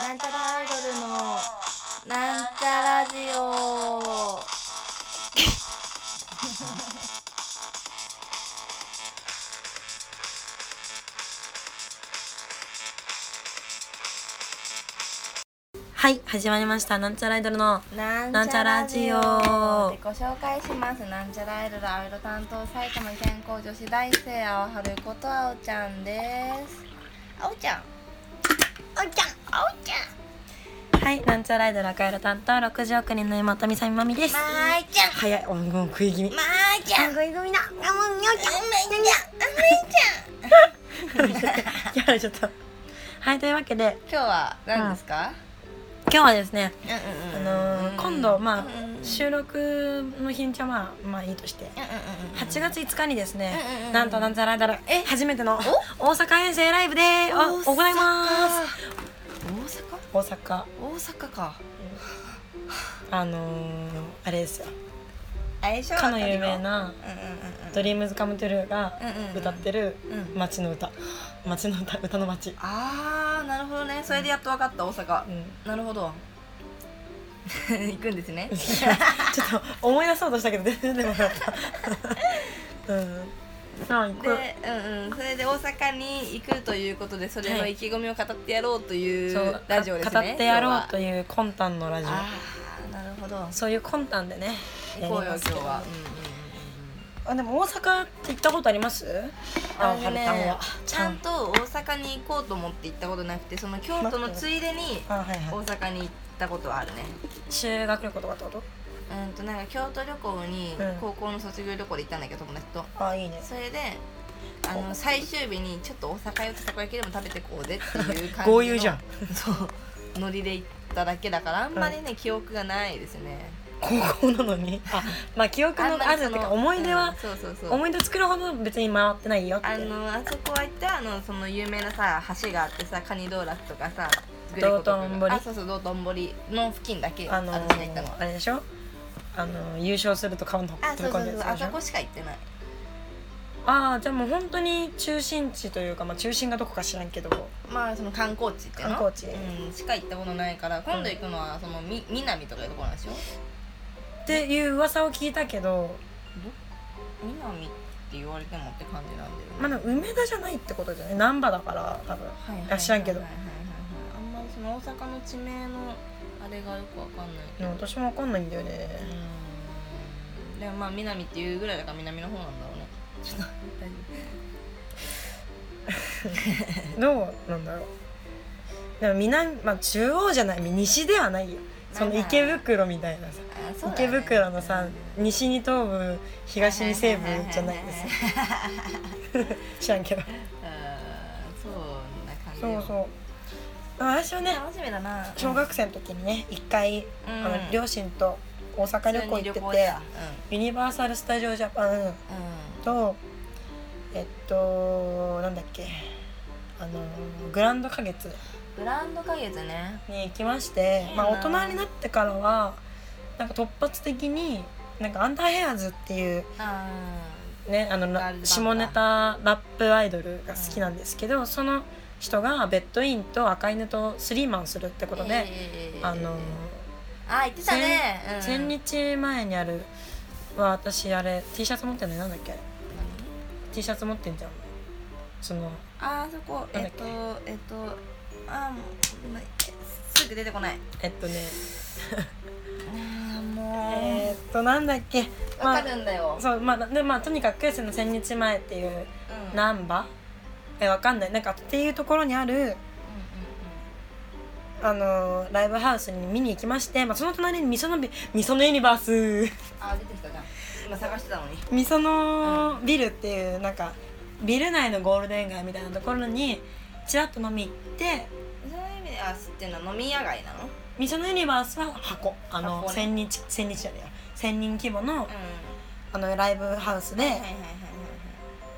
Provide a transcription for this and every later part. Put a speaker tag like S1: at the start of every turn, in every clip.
S1: なんちゃらアイドルのなんちゃラジオ
S2: はい始まりましたなんちゃらアイドルの
S1: なんちゃラジオ
S2: なんちゃラジオ
S1: でご紹介しますなんちゃらアイドル青色担当埼玉健康女子大生青春こと青ちゃんです青ちゃん青ちゃん青ちゃ
S2: はいなんちゃらアイドル赤色担当60億人の山富さみまみです
S1: んまーいちゃん
S2: 早いおもう食い気味
S1: まーちゃんごいごみなあもうにょちゃんめちゃんあめちゃん
S2: やられちゃったはいというわけで
S1: 今日は何ですか
S2: 今日はですね
S1: うん
S2: あ
S1: うんうん
S2: のー今度まあ
S1: うんうん
S2: 収録の日にちはまあまあいいとして
S1: うんうんうん
S2: 8月5日にですね
S1: うんうんうん
S2: なんとなんちゃらアイドル
S1: え
S2: 初めての大阪遠征ライブであ行います
S1: す
S2: 大阪
S1: 大阪大阪か
S2: あのーあれですよ
S1: あれでしょ
S2: かの有名な
S1: うんうんうん
S2: 「ドリームズカムトゥルーが
S1: うんうん
S2: 歌ってる
S1: うん
S2: 街の歌街の歌歌の街
S1: ああなるほどねそれでやっと分かった大阪
S2: うん
S1: なるほど 行くんですね
S2: いやちょっと思い出そうとしたけど全然でもな かったうんはいこ
S1: で
S2: れ
S1: うんうんそれで大阪に行くということでそれの
S2: はい
S1: 意気込みを語ってやろうとい
S2: そうう
S1: ラジオですね
S2: 語ってやろうと
S1: いう
S2: いう魂胆のラジ
S1: あ
S2: オ
S1: あなるほど
S2: そういう魂胆でね
S1: 行こう
S2: や
S1: よ
S2: り
S1: 今
S2: ますけ
S1: 日
S2: ど
S1: は
S2: あでも大阪って行ったことあります
S1: あ
S2: あ
S1: の
S2: はる
S1: ね
S2: たんは
S1: ちゃんと大阪に行こうと思って行ったことなくてその京都のついでに
S2: あはい
S1: 大
S2: は
S1: 阪に行ったことはあるね
S2: い修学旅行とかってこと
S1: うんとなんか京都旅行に
S2: うん
S1: 高校の卒業旅行で行ったんだけど友達と
S2: あいいね
S1: それであの最終日にちょっと大阪よってたこ焼きでも食べてこうぜっていう感じの
S2: 豪遊じゃん
S1: そうノリで行っただけだからあんまりね、記憶がないですね
S2: 高校なのにあまあ記憶
S1: あん
S2: の
S1: ま
S2: あ
S1: り
S2: る
S1: そ
S2: っていう
S1: の
S2: か思い出
S1: うん
S2: は
S1: そうそうそう
S2: 思い出作るほど別に回ってないよって
S1: あのあそこは行ったあのその有名なさ橋があってさカニ道楽とかさグレコとかが
S2: 道頓堀
S1: あそうそう道頓堀の付近だけ、
S2: あの
S1: 私が行ったのは
S2: あれでしょあの優勝すると顔の
S1: あそうそうそうあ
S2: でし
S1: そ
S2: ょ
S1: こしか行ってない
S2: ああじゃあもう本当に中心地というか、まあ、中心がどこか知らんけど
S1: まあその観光地っていうの
S2: 観光地
S1: うん、しか行ったことないから今度行くのはそのみ南とかいうところなんでしょ
S2: っていう噂を聞いたけど
S1: 南って言われてもって感じなんだよね、
S2: まあでも梅田じゃないってことじゃない難波だから多分
S1: はいはいはいはい
S2: あ知らんけど
S1: はいはいはいはいあんまりその大阪の地名のあれがよくわかんないけ
S2: で
S1: ど
S2: も私もわかんないんだよ
S1: う
S2: ね
S1: ーんでもまあ南っていうぐらいだから南の方なんだろうねちょっと大丈
S2: どうなんだろうでも南、まあ、中央じゃない西ではないよその池袋みたいなさ、
S1: 夫あそうだ
S2: 池
S1: よね
S2: 袋のさ西に東部東に西部 じゃないです
S1: は
S2: 知らんけど
S1: はいはいはいあーそんな感じ
S2: そう
S1: う
S2: そう私はね
S1: 楽しみだな
S2: 小学生の時にね一
S1: う
S2: 回、
S1: ん
S2: あの両親と大阪旅行行っててユニバーサル・スタジオ・ジャパン
S1: うん、うん
S2: とえっとなんだっけあのグランド花月
S1: ブランド花月ね
S2: に行きまして、まあ、
S1: いい
S2: 大
S1: な
S2: 人になってからはなんか突発的になんかアンダーヘアーズっていう、
S1: あ
S2: ね、あの
S1: ガールズバンドだ
S2: 下ネタラップアイドルが好きなんですけど、その人がベッドインと赤犬とスリーマンするってことで、
S1: えー
S2: あの。
S1: あ言ってたね、うん、
S2: 千日前にあるは私あれ T シャツ持ってんのよなんだっけあれ T シャツ持ってんじゃんその
S1: あーそこ
S2: な
S1: え
S2: ん
S1: っ
S2: だっけ
S1: とえっとあーもうますぐ出てこない
S2: えっとね
S1: あーも
S2: えーっとなんだっけ
S1: うわかるんだよ、
S2: そうまあでまあとにかくその千日前っていう
S1: うん
S2: 難波えわかんないなんかっていうところにあるあのーライブハウスに見に行きまして、まあ、その隣にみそのびみそのユニバース
S1: あー出てきたじゃん今探してたのに
S2: みそのビルっていうなんかビル内のゴールデン街みたいなところにちらっと飲み行って
S1: そういう意味であすっていうのは飲み屋街なのうん
S2: ミションユニバースは箱あの
S1: 箱ね
S2: 千日千日じゃねえや千人規模の
S1: は
S2: あのライブハウスで、
S1: いはいはいはいはい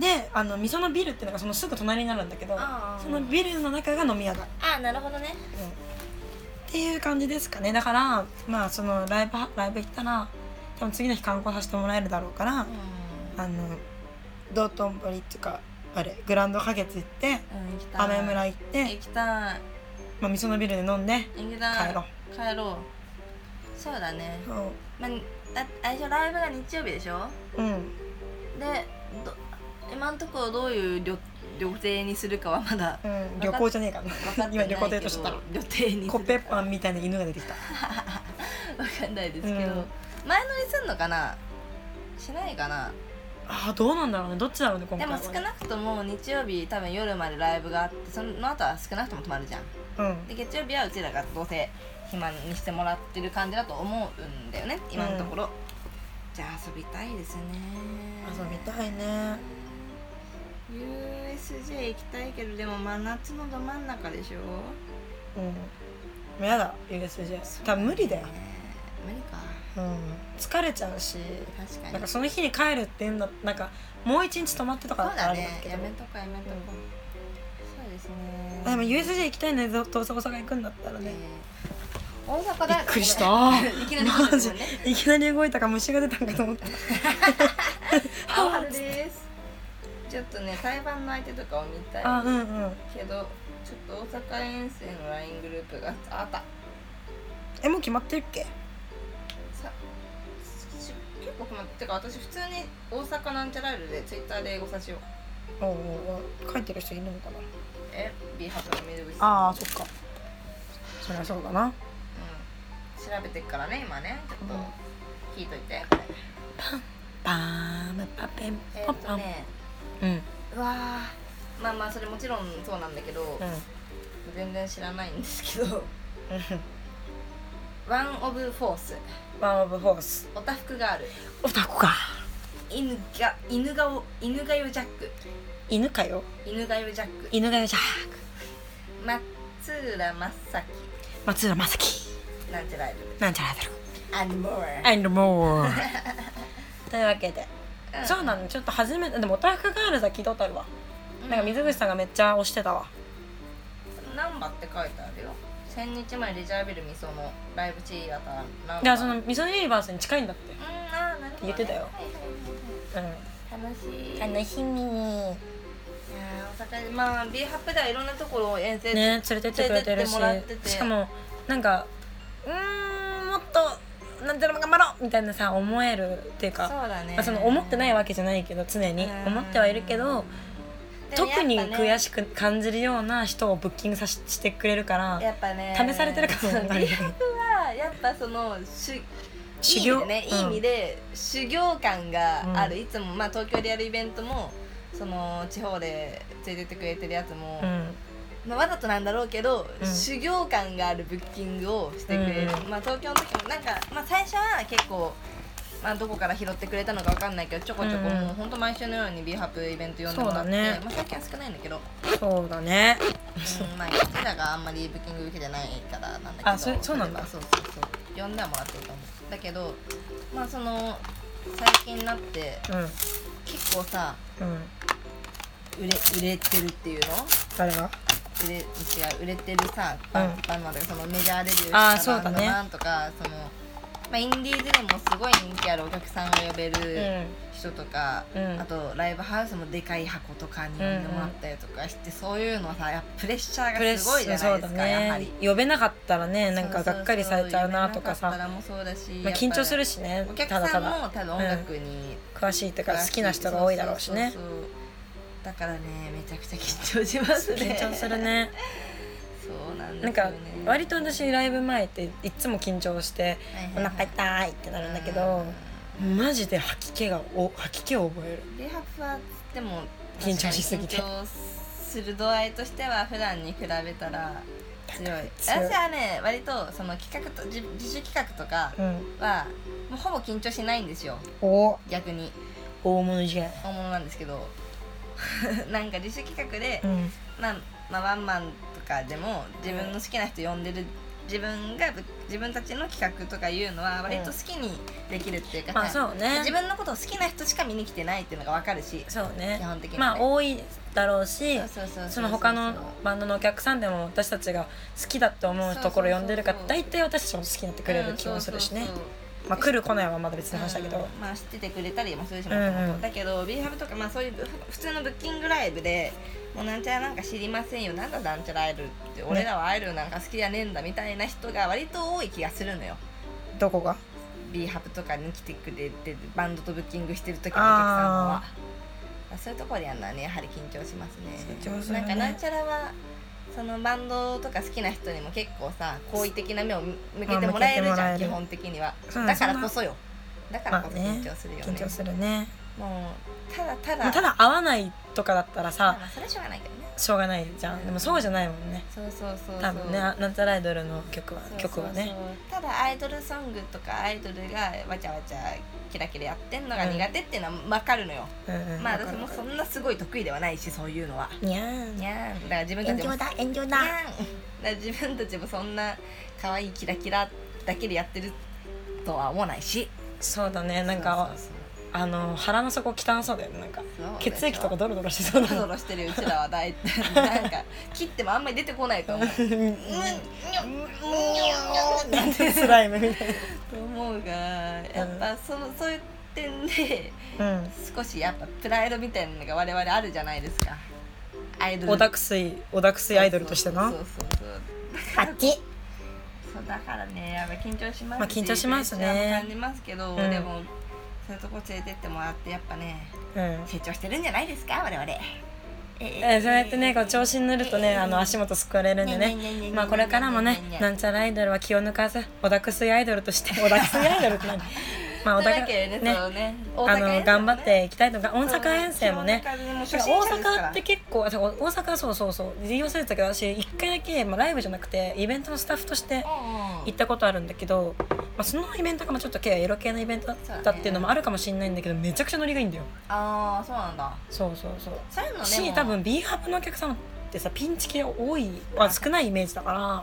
S2: であのミソのビルっていうのがそのすぐ隣になるんだけど
S1: あー
S2: そのビルの中が飲み屋だ、
S1: あーなるほどね
S2: っていう感じですかねだからまあそのライブライブ行ったら多分次の日観光させてもらえるだろうから、
S1: う
S2: あの道頓堀っていうかあれグランド花月行っ
S1: ん、
S2: て
S1: うん、行きたい
S2: 雨村行って
S1: 行きたい
S2: まあ味噌のビールで飲んで
S1: いけた
S2: 帰ろう
S1: 帰ろうそうだね、
S2: う
S1: まあ、だ最初ライブが日曜日でしょ
S2: ん、
S1: でど今のところどういう旅旅程にするかはまだ
S2: うん、旅行じゃねえか
S1: 分かっ
S2: な
S1: てな
S2: 今
S1: いけ
S2: 旅
S1: ど
S2: 行デートしとっ
S1: 旅程に
S2: たコッペパ
S1: ン
S2: ンみたいな犬が出てきた
S1: わかんないですけど、
S2: うん
S1: 前乗りすんのかなしないかな
S2: あーどうなんだろうねどっちだろうね今
S1: で
S2: 回は
S1: も
S2: ね、
S1: 少なくとも日曜日多分夜までライブがあってその後は少なくとも泊まるじゃん
S2: うん
S1: で月曜日はうちらがどうせ暇にしてもらってる感じだと思うんだよね今のところ、じゃあ遊びたいですね
S2: 遊びたいね
S1: USJ 行きたいけどでも真夏のど真ん中でしょ
S2: うんもうやだ USJ 多分無理だよ、
S1: 無理か
S2: うん、疲れちゃうし
S1: 確かに
S2: なんかその日に帰るっていうんだなんかもう一日泊まってとか
S1: そ
S2: だっ
S1: う
S2: たら
S1: だ
S2: あれだ
S1: ね
S2: けど
S1: やめとこやめとこ、そうですね
S2: あでも USJ 行きたいねどどうせ大阪行くんだったら
S1: え
S2: ね、
S1: ー大阪だ
S2: びっくりし
S1: い
S2: た
S1: きなり来た
S2: マ
S1: です
S2: ジ
S1: もんね
S2: いきなり動いたか虫が出たんかと思った
S1: 青春ですちょっとね台湾の相手とかを見たい
S2: あうんうん
S1: けどちょっと大阪遠征の LINE グループがあった
S2: えもう決まってるっけ
S1: さし結構困っててか私普通に大阪なんちゃらるでツイッターでごさしを
S2: おうおうおう書いてる人いるのかな
S1: えビーハブのミドブ
S2: ああそっかそりゃそうだな
S1: うん、調べてっからね今ねちょっと
S2: うん
S1: 聞いといて、
S2: パームパペン
S1: え
S2: パ
S1: ーっ
S2: パ
S1: と
S2: ン、
S1: ね
S2: うんうん
S1: うわーまあまあそれもちろんそうなんだけど、全然知らないんですけ ど「ワン・オブ・フォース
S2: ワンオブホース」
S1: 「オタフクガール」
S2: おたこか
S1: 犬が「犬がお犬がよジャック」
S2: 犬かよ
S1: 「犬がよジャック」
S2: 犬がよじゃ
S1: 松浦真咲
S2: 松浦正樹
S1: なんてライブ
S2: なんちゃらだろ
S1: アニモー
S2: and more というわけでそうな
S1: の
S2: のちょっと初めてでもオタフクガールズは聞いたことあるわなんか水口さんがめっちゃ推してたわ
S1: 難波って書いてあるよ千日前レジャービルミソのライブチーだったナン
S2: じ
S1: バ
S2: ゃあその味噌ユニバースに近いんだっ
S1: うんあーなるほどね
S2: 言ってたよ
S1: はいはいはいは
S2: て
S1: い楽しいい
S2: 楽しみに
S1: やー大阪でまあ B ハップではいろんなところを遠征
S2: ね連れてってくれてるし
S1: 連れてってもらってて
S2: しかもなんかうーんもっとなんていうの頑張ろうみたいなさ思えるっていう
S1: そう
S2: か
S1: だね
S2: まあ、その思ってないわけじゃないけど常に
S1: うん
S2: 思ってはいるけど特に悔しく感じるような人をブッキングさししてくれるから
S1: やっぱね
S2: 試されてるかも
S1: そう
S2: わかんない
S1: B ハップはやっぱそのし
S2: 修行
S1: いい意味でね、
S2: うん
S1: いい意味で修行感がある、
S2: う
S1: いつも、まあ、東京でやるイベントもその地方で連れてってくれてるやつも、
S2: うん
S1: まあ、わざとなんだろうけど、
S2: うん
S1: 修行感があるブッキングをしてくれる、
S2: う
S1: まあ、東京の時もなんか、まあ、最初は結構、まあ、どこから拾ってくれたのかわかんないけどちょこちょこ、
S2: うんうん
S1: もうほんと毎週のように b ハップイベント呼んでもら
S2: そ
S1: っ
S2: う
S1: て、
S2: だね
S1: まあ、最近は少ないんだけど、う
S2: そうだね
S1: ん、まあうちらがあんまりブッキング受けてないからなんだけど
S2: あそそうなんだ
S1: 例えばそうそうそう呼んではもらってると思うだけどまあその最近になって
S2: う
S1: 結構さ
S2: んうん
S1: 売れ売れてるっていうの
S2: 誰が
S1: 売れ違う売れてるさバン,、
S2: うん
S1: バンドだけどそのメジャーデビュー
S2: あー
S1: した
S2: そうだ
S1: バン
S2: ね
S1: ドなんとかそ,、の、まあ、インディーズでもすごい人気あるお客さんが呼べ
S2: う
S1: る
S2: ん
S1: 人とか、
S2: うん
S1: あとライブハウスもでかい箱とかに呼んでもらったりとかして、そういうのはさやっぱプレッシャー
S2: プ
S1: が
S2: レッ
S1: す
S2: シ
S1: ごいじ
S2: ャ
S1: ゃ
S2: ーそ
S1: ない
S2: う
S1: で
S2: だ
S1: すか、やは
S2: ね
S1: り。
S2: 呼べなかったらねなんか
S1: そうそうそう
S2: がっかりされちゃうなとかさ
S1: 呼べなったらもそうだし
S2: まあ、緊張する
S1: し
S2: しね
S1: お客
S2: ただ
S1: さ
S2: た
S1: んも
S2: だ
S1: 多分音楽に
S2: 詳しいっていうか好きな人が多いだろうしね
S1: そそそそうだからねめちゃくちゃ緊張します
S2: 緊
S1: ね
S2: 張するね
S1: そうなんですよね
S2: なんか割と私ライブ前っていつも緊張して
S1: はい
S2: お
S1: はいはい
S2: 腹痛いってなるんだけどマジで吐き気がお吐き気を覚える
S1: リハーサルはでも
S2: 緊張しすぎて
S1: 確かに緊張する度合いとしては普段に比べたら強い
S2: 強い
S1: 私はね割とその企画と自自主企画とか
S2: うん
S1: はもうほぼ緊張しないんですよ
S2: お
S1: 逆に
S2: 大物じゃん
S1: 本物なんですけど なんか自主企画で、
S2: うん
S1: まあ、まあワンマンとかでも自分の好きな人呼んでる自分がぶ自分たちの企画とかいうのは割と好きにできるっていうか、
S2: まあそうね
S1: 自分のことを好きな人しか見に来てないっていうのが分かるし
S2: そうね
S1: 基本的には
S2: まあ
S1: ね
S2: 多いだろうし
S1: そうそうそうそう
S2: その他のバンドのお客さんでも私たちが好きだって思うところ呼んでるか
S1: そうそうそうそう
S2: ら大体私たちも好きになってくれる気もするしね
S1: うんそうそう
S2: まあ、来る来ないはまだ別の話だけど、
S1: うんまあ、知っててくれたりもするし、
S2: うんうん
S1: もとだけど B ハブとか、まあ、そういうふ普通のブッキングライブでもうなんちゃらなんか知りませんよなんだなんちゃらアイドルって俺らはアイドルなんか好きじゃねえんだみたいな人が割と多い気がするのよ
S2: どこが
S1: B ハブとかに来てくれてバンドとブッキングしてる時のお客さんは
S2: あ
S1: まあそういうところでやるのはねやはり緊張しますね
S2: 緊張するね
S1: なんかなんちゃらはそのバンドとか好きな人にも結構さ好意的な目を向向けてもらえるじ
S2: まあ
S1: ゃん、
S2: 向
S1: 基
S2: けてもらえ
S1: 本的には
S2: そう
S1: だからこそよだからこそ
S2: まあね
S1: 緊張するよね,、
S2: 緊張するね
S1: もうただた
S2: ま
S1: だ
S2: あただ会わないとかだったらさ
S1: まあそれはしょうがないけどね
S2: しょうがないじゃんでもそうじゃないもんね
S1: そうそうそうそう
S2: 多分ねあなんちゃらアイドルの曲は
S1: そうそうそう
S2: 曲はね
S1: ただアイドルソングとかアイドルがわちゃわちゃキラキラやってんのが苦手っていうのは分かるのよ、
S2: うんうん
S1: まあ
S2: わか
S1: 私
S2: る
S1: もそんなすごい得意ではないしそういうのは
S2: にゃーん
S1: にゃーんだから自分たちも
S2: だ炎上
S1: にゃーんだから自分たちもそんな可愛いキラキラだけでやってるとは思わないし
S2: そうだねなんか
S1: そうそう
S2: あの腹の底汚そうだよねなんか
S1: そう
S2: 血液とか
S1: ど
S2: ドロドロしそう
S1: ド
S2: だ
S1: ロドロしてるうちらは大体なんか切ってもあんまり出てこないと思ううんにょんにょんにょん
S2: なんてスライムみたい
S1: と思うがやっぱそのそういう点で
S2: な
S1: 少しやっぱプライドみたいなのが我々あるじゃないですかアイ
S2: う
S1: ド
S2: ん
S1: ル
S2: オタクスイオタクスイアイドルとしてな
S1: そうそうそう
S2: あっち
S1: そうだからねやっぱ緊張します
S2: まあ緊張しますね
S1: プレッシャーも感じますけど、
S2: うん
S1: でもそういうとこ連れてってもらってやっぱね
S2: うん
S1: 成長してるんじゃないですか我々え
S2: えそうやってねこう調子に乗るとね
S1: えー
S2: あの足元すくわれるんで
S1: ねえねえねえねえ
S2: ねまあこれからもね
S1: ねえねえねえ
S2: なんちゃらアイドルは気を抜かずオタクスイアイドルとしてオタクスイアイドルって何 まあ
S1: そ
S2: オ
S1: うだ
S2: タ
S1: け
S2: ク
S1: でね
S2: ね
S1: そうね大
S2: あ
S1: 阪遠征もね
S2: の頑張っていきたいとか大阪遠征もね
S1: そうね
S2: 大阪って結構そう大阪そうそうそう利用されてたけど私一回だけ、まあ、ライブじゃなくてイベントのスタッフとして
S1: 行
S2: 行ったことあるんだけど、まあ、そのイベントがまあちょっとエロ系のイベントだったっていうのもあるかもしれないんだけどめちゃくちゃノリがいいんだよ
S1: ああそうなんだ
S2: そうそうそう
S1: そういうのねも
S2: し
S1: う
S2: 多分 B ハブのお客様ってさピンチ系多い、まあ、少ないイメージだから、
S1: うん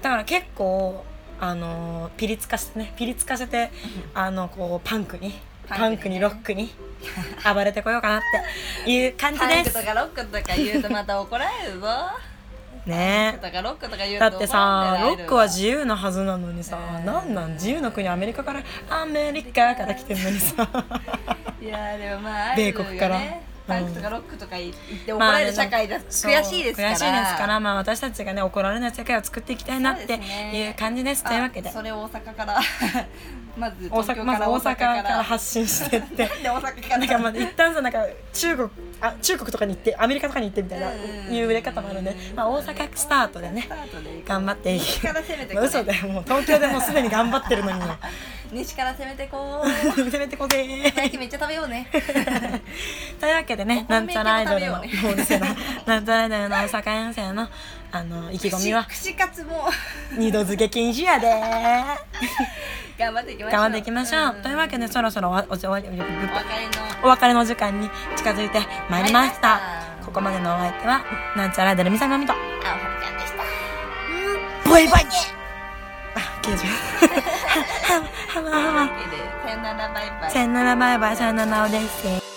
S2: だから結構あのーピリつかせてねピリつかせてあのこうパンクに
S1: パ
S2: パ
S1: ン
S2: ン
S1: ク
S2: ク
S1: に
S2: に
S1: ね
S2: ロッ クに暴れてこようかなっていう感じ
S1: パン
S2: で
S1: クと
S2: す
S1: かロックとか言うとまた怒られるぞ
S2: ね
S1: とかロックとか言うと
S2: だってさロックは自
S1: 由
S2: 由なはずなのにさ、
S1: うん
S2: なんなん自由の国アメリカからアメリカから来てるのにさ
S1: いやーでもまあ
S2: 米国から
S1: アイドルがねパンクとかロックとか言って怒られる社会だ、
S2: そう
S1: 悔しいですから
S2: 悔しいですから、まあ、私たちがね怒られない世界を作っていきたいなって
S1: そうですね
S2: いう感じですというわけで
S1: あそれを大阪から まず
S2: 大
S1: 東京
S2: 阪
S1: か
S2: まず
S1: ら
S2: 大
S1: 大阪
S2: 阪か
S1: からら
S2: 発信してって
S1: で大阪から
S2: なんかまあ一旦さなんか中国あ中国とかに行ってアメリカとかに行ってみたいな
S1: うん
S2: いう売れ方もあるんで、まあ、大阪スタートでね
S1: スタートでいく
S2: 頑張ってい
S1: 西
S2: き
S1: から攻めてこ
S2: まあ
S1: う、
S2: 嘘だよもう東京でもうすでに頑張ってるのに
S1: 西から攻めてこう
S2: せめてこぜ ー
S1: 大輝めっちゃ食べようね
S2: というわけでね、
S1: お
S2: な
S1: 米
S2: んちゃらアイドルの、
S1: いけば食べようね
S2: もううるせえななんちゃらアイドルの大阪遠征の、あの、意気込みは、
S1: 串串カツも
S2: 二度漬け禁止やでー。
S1: 頑張っていきましょう
S2: 頑張っていきましょう。というわ
S1: け
S2: けで、そろそろおお終わり、
S1: お別れの
S2: お別れの時間に近づいてまいりまし
S1: 参
S2: た。
S1: りました
S2: ここまでのお相手は、なんちゃらアイドルみさがみと、
S1: 青春ちゃんでした
S2: バイバイあ、消えちゃう。ははははは
S1: というわけでさよならバイバイ
S2: さよならバイバイ、さよならおです。